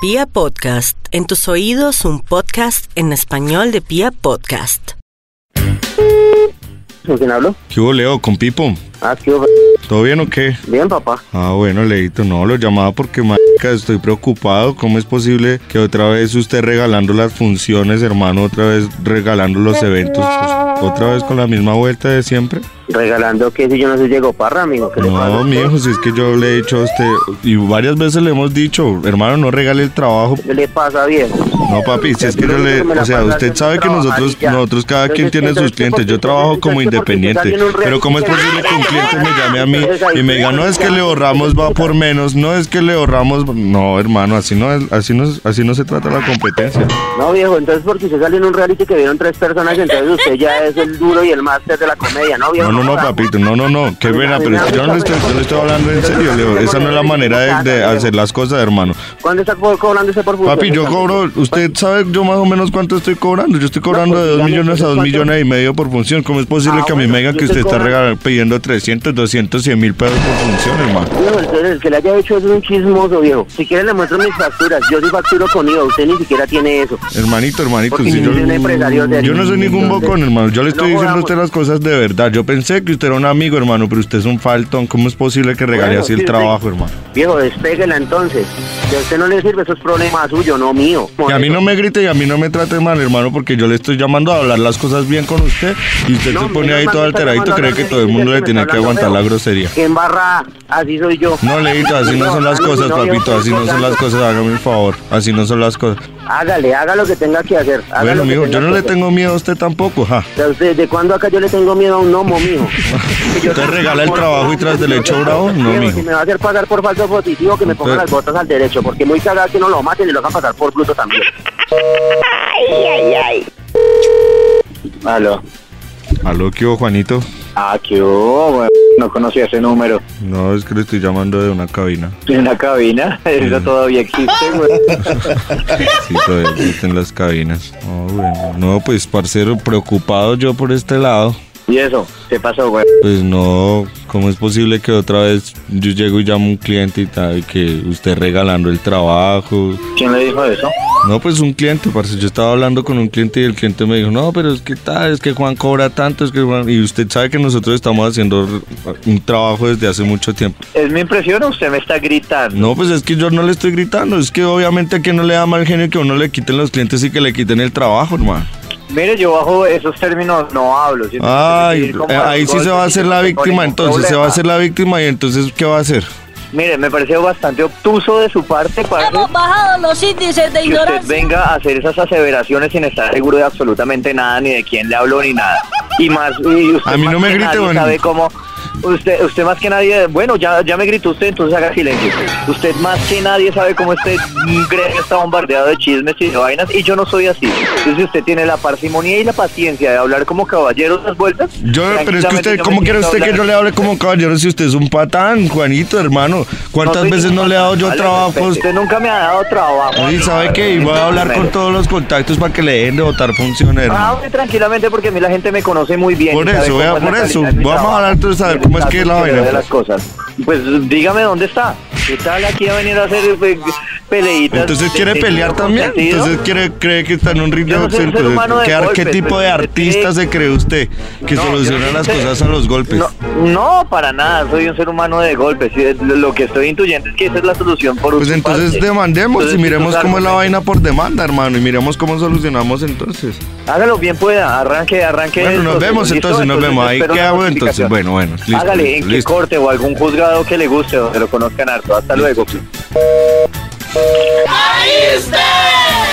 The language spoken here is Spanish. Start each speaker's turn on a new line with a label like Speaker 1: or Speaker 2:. Speaker 1: Pia Podcast, en tus oídos un podcast en español de Pia Podcast.
Speaker 2: ¿Con quién hablo?
Speaker 3: ¿Qué hubo, Leo? ¿Con Pipo?
Speaker 2: Ah, sí, o-
Speaker 3: ¿Todo bien o qué?
Speaker 2: bien, papá.
Speaker 3: Ah, bueno, Leito, no, lo llamaba porque, marica, estoy preocupado. ¿Cómo es posible que otra vez usted regalando las funciones, hermano, otra vez regalando los eventos? pues, ¿Otra vez con la misma vuelta de siempre?
Speaker 2: ¿Regalando qué si yo no soy Diego Parra, amigo? ¿Qué le
Speaker 3: No,
Speaker 2: pasa?
Speaker 3: mijo, si es que yo le he dicho a usted, y varias veces le hemos dicho, hermano, no regale el trabajo.
Speaker 2: ¿Qué le pasa, viejo?
Speaker 3: No, papi, si es que yo le... O sea, usted sabe que nosotros, nosotros cada quien tiene sus clientes. Yo trabajo como independiente. Pero ¿cómo es posible que un cliente me llame a mí y me diga, no es que le ahorramos va por menos, no es que le ahorramos... No, hermano, así no, es- así no, es- así no se trata la competencia.
Speaker 2: No, viejo, entonces porque usted salió en un reality que vieron tres personas, entonces usted ya es el duro y el máster de la comedia, ¿no, viejo?
Speaker 3: No, no, no, papito, no, no, no, qué pena, pero yo no le estoy, yo le estoy hablando en serio, Leo. Esa no es la manera de, de hacer las cosas, hermano.
Speaker 2: ¿Cuándo está co- cobrando ese por función?
Speaker 3: Papi, yo cobro, usted sabe yo más o menos cuánto estoy cobrando. Yo estoy cobrando
Speaker 2: pues,
Speaker 3: de 2
Speaker 2: dígame,
Speaker 3: millones a
Speaker 2: entonces,
Speaker 3: 2
Speaker 2: ¿cuánto?
Speaker 3: millones y medio por función. ¿Cómo es posible
Speaker 2: Ah,
Speaker 3: que a mí
Speaker 2: bueno,
Speaker 3: me digan
Speaker 2: yo
Speaker 3: que usted
Speaker 2: estoy
Speaker 3: está
Speaker 2: cobrando-
Speaker 3: regalando, pidiendo 300, 200, 100 mil pesos por función, hermano?
Speaker 2: Viejo, entonces el que le haya hecho es un chismoso, viejo. Si quiere le muestro mis facturas. Yo sí facturo con IVA, usted ni siquiera tiene eso.
Speaker 3: Hermanito, hermanito,
Speaker 2: Porque
Speaker 3: si yo,
Speaker 2: ningún empresario de
Speaker 3: pues, yo no soy
Speaker 2: aquí,
Speaker 3: ningún
Speaker 2: entonces,
Speaker 3: bocón, hermano. Yo
Speaker 2: no
Speaker 3: le estoy diciendo a
Speaker 2: jodamos.
Speaker 3: usted las cosas de verdad. Yo pensé que usted era un amigo, hermano, pero usted es un faltón. ¿Cómo es posible que regale
Speaker 2: Bueno,
Speaker 3: así el
Speaker 2: sí, sí.
Speaker 3: trabajo, hermano?
Speaker 2: Viejo, despéguela entonces. Si a usted no le sirve, eso es problema suyo, no mío.
Speaker 3: Y a mí no me grite y a mí no me trate mal, hermano, porque yo le estoy llamando a hablar las cosas bien con usted y usted
Speaker 2: No,
Speaker 3: se pone
Speaker 2: menos
Speaker 3: ahí
Speaker 2: mal
Speaker 3: todo
Speaker 2: que está
Speaker 3: alteradito,
Speaker 2: llamando
Speaker 3: cree
Speaker 2: a
Speaker 3: que
Speaker 2: mí,
Speaker 3: todo el
Speaker 2: que
Speaker 3: mundo
Speaker 2: me
Speaker 3: le
Speaker 2: está
Speaker 3: tiene que
Speaker 2: hablando
Speaker 3: aguantar
Speaker 2: feo.
Speaker 3: la grosería.
Speaker 2: En barra, así soy yo.
Speaker 3: No, Leito, así no son las
Speaker 2: a mí
Speaker 3: cosas,
Speaker 2: no,
Speaker 3: papito,
Speaker 2: yo-
Speaker 3: así no son las cosas, hágame el favor, así no son las cosas.
Speaker 2: Hágale, haga lo que tenga que hacer. haga
Speaker 3: Bueno,
Speaker 2: lo que
Speaker 3: mijo,
Speaker 2: tenga
Speaker 3: yo no
Speaker 2: que
Speaker 3: le
Speaker 2: hacer.
Speaker 3: tengo miedo a usted tampoco, ja.
Speaker 2: O sea, ¿usted, ¿De cuándo acá yo le tengo miedo a un gnomo, mijo? Yo-
Speaker 3: Usted regala el trabajo y tras del hecho bravo, no,
Speaker 2: Viejo,
Speaker 3: mijo.
Speaker 2: Si me va a hacer pasar por falso positivo, que me ponga
Speaker 3: Usted-
Speaker 2: las botas al derecho, porque muy cagada que no lo maten y lo hagan pasar por Pluto también. ay, ay, ay. Aló.
Speaker 3: Aló, ¿qué hubo, Juanito?
Speaker 2: Ah, qué hubo, güey. No conocía ese número.
Speaker 3: No, es que le estoy llamando de una cabina.
Speaker 2: En la cabina,
Speaker 3: Mm.
Speaker 2: eso todavía existe, güey.
Speaker 3: Sí, todavía existen las cabinas. Ah, bueno. No, pues, parcero, preocupado yo por este lado.
Speaker 2: Y eso, se pasó, güey.
Speaker 3: Pues no, ¿cómo es posible que otra vez yo llego y llamo a un cliente y tal, y que usted regalando el trabajo?
Speaker 2: ¿Quién le dijo eso?
Speaker 3: No, pues un cliente, parce. Yo estaba hablando con un cliente y el cliente me dijo, no, pero es que tal, es que Juan cobra tanto, es que Juan... Y usted sabe que nosotros estamos haciendo un trabajo desde hace mucho tiempo.
Speaker 2: ¿Es mi impresión o usted me está gritando?
Speaker 3: No, pues es que yo no le estoy gritando, es que obviamente a quien no le da mal genio que a uno le quiten los clientes y que le quiten el trabajo, hermano.
Speaker 2: Mire, yo bajo esos términos no hablo. ¿sí?
Speaker 3: Ay,
Speaker 2: Es como
Speaker 3: eh,
Speaker 2: al
Speaker 3: ahí sí se
Speaker 2: golpe,
Speaker 3: va a hacer la
Speaker 2: no tengo
Speaker 3: víctima,
Speaker 2: ningún
Speaker 3: entonces se va a
Speaker 2: problema.
Speaker 3: hacer la víctima y entonces ¿qué va a hacer?
Speaker 2: Mire, me pareció bastante obtuso de su parte, parce,
Speaker 4: Hemos bajado los índices de
Speaker 2: que usted
Speaker 4: ignorancia.
Speaker 2: venga a hacer esas aseveraciones sin estar seguro de absolutamente nada, ni de quién le habló, ni nada. Y más, y usted
Speaker 3: A mí
Speaker 2: más
Speaker 3: no me
Speaker 2: que
Speaker 3: grite,
Speaker 2: nadie
Speaker 3: bueno.
Speaker 2: sabe cómo... Usted, usted más que nadie, bueno, ya, ya me gritó usted, entonces haga silencio. Usted más que nadie sabe cómo este gremio está bombardeado de chismes y de vainas, y yo no soy así. Entonces usted tiene la parsimonía y la paciencia de hablar como caballero las vueltas.
Speaker 3: Yo, pero es que
Speaker 2: Tranquilamente
Speaker 3: usted,
Speaker 2: yo
Speaker 3: ¿cómo
Speaker 2: me
Speaker 3: quiere
Speaker 2: siento
Speaker 3: usted que
Speaker 2: hablar-
Speaker 3: yo le hable como caballero si usted es un patán, Juanito, hermano? ¿Cuántas
Speaker 2: soy
Speaker 3: veces
Speaker 2: ningún
Speaker 3: no le he dado yo
Speaker 2: patán,
Speaker 3: trabajo?
Speaker 2: pues, respete. Usted nunca me ha dado trabajo.
Speaker 3: Y sabe qué, y voy a hablar con todos los contactos para que le dejen de votar funciones, hermano.
Speaker 2: Hable Ah, tranquilamente porque a mí la gente me conoce muy bien.
Speaker 3: Por
Speaker 2: y sabe
Speaker 3: eso,
Speaker 2: cómo
Speaker 3: vea,
Speaker 2: es la
Speaker 3: por
Speaker 2: calidad
Speaker 3: eso.
Speaker 2: de mi
Speaker 3: Vamos a
Speaker 2: trabajo.
Speaker 3: hablar entonces a ver
Speaker 2: El
Speaker 3: cómo es que es la
Speaker 2: estatus
Speaker 3: vaina,
Speaker 2: veo de
Speaker 3: pues.
Speaker 2: las cosas. Pues dígame dónde está. ¿Qué tal aquí a venir a hacer eh, peleitas?
Speaker 3: Entonces
Speaker 2: de-
Speaker 3: quiere
Speaker 2: de-
Speaker 3: pelear
Speaker 2: de-
Speaker 3: también.
Speaker 2: consentido?
Speaker 3: Entonces quiere, cree que está en un ritmo.
Speaker 2: Yo no soy un ser humano de
Speaker 3: ¿Qué, ar- qué
Speaker 2: golpes,
Speaker 3: tipo de
Speaker 2: pero usted cree-
Speaker 3: artista se cree usted que
Speaker 2: No, yo
Speaker 3: soluciona
Speaker 2: no
Speaker 3: las
Speaker 2: sé.
Speaker 3: cosas a los golpes?
Speaker 2: No, no, para nada, soy un ser humano de golpes. y es- Lo que estoy intuyendo es que esa es la solución por
Speaker 3: Pues
Speaker 2: su
Speaker 3: entonces
Speaker 2: parte.
Speaker 3: demandemos
Speaker 2: Entonces,
Speaker 3: y miremos
Speaker 2: estos
Speaker 3: cómo es la
Speaker 2: argumentos-
Speaker 3: vaina por demanda, hermano, y miremos cómo solucionamos entonces.
Speaker 2: Hágalo bien pueda, arranque, arranque.
Speaker 3: Bueno, nos
Speaker 2: esto,
Speaker 3: vemos
Speaker 2: ¿listo?
Speaker 3: entonces, nos vemos. Ahí
Speaker 2: espero
Speaker 3: qué
Speaker 2: una
Speaker 3: hago entonces.
Speaker 2: notificación.
Speaker 3: Bueno, bueno, listo.
Speaker 2: Hágale
Speaker 3: listo,
Speaker 2: en que
Speaker 3: listo.
Speaker 2: corte o algún juzgado que le guste, donde lo conozcan harto. Hasta luego.
Speaker 4: ¡Ahí está!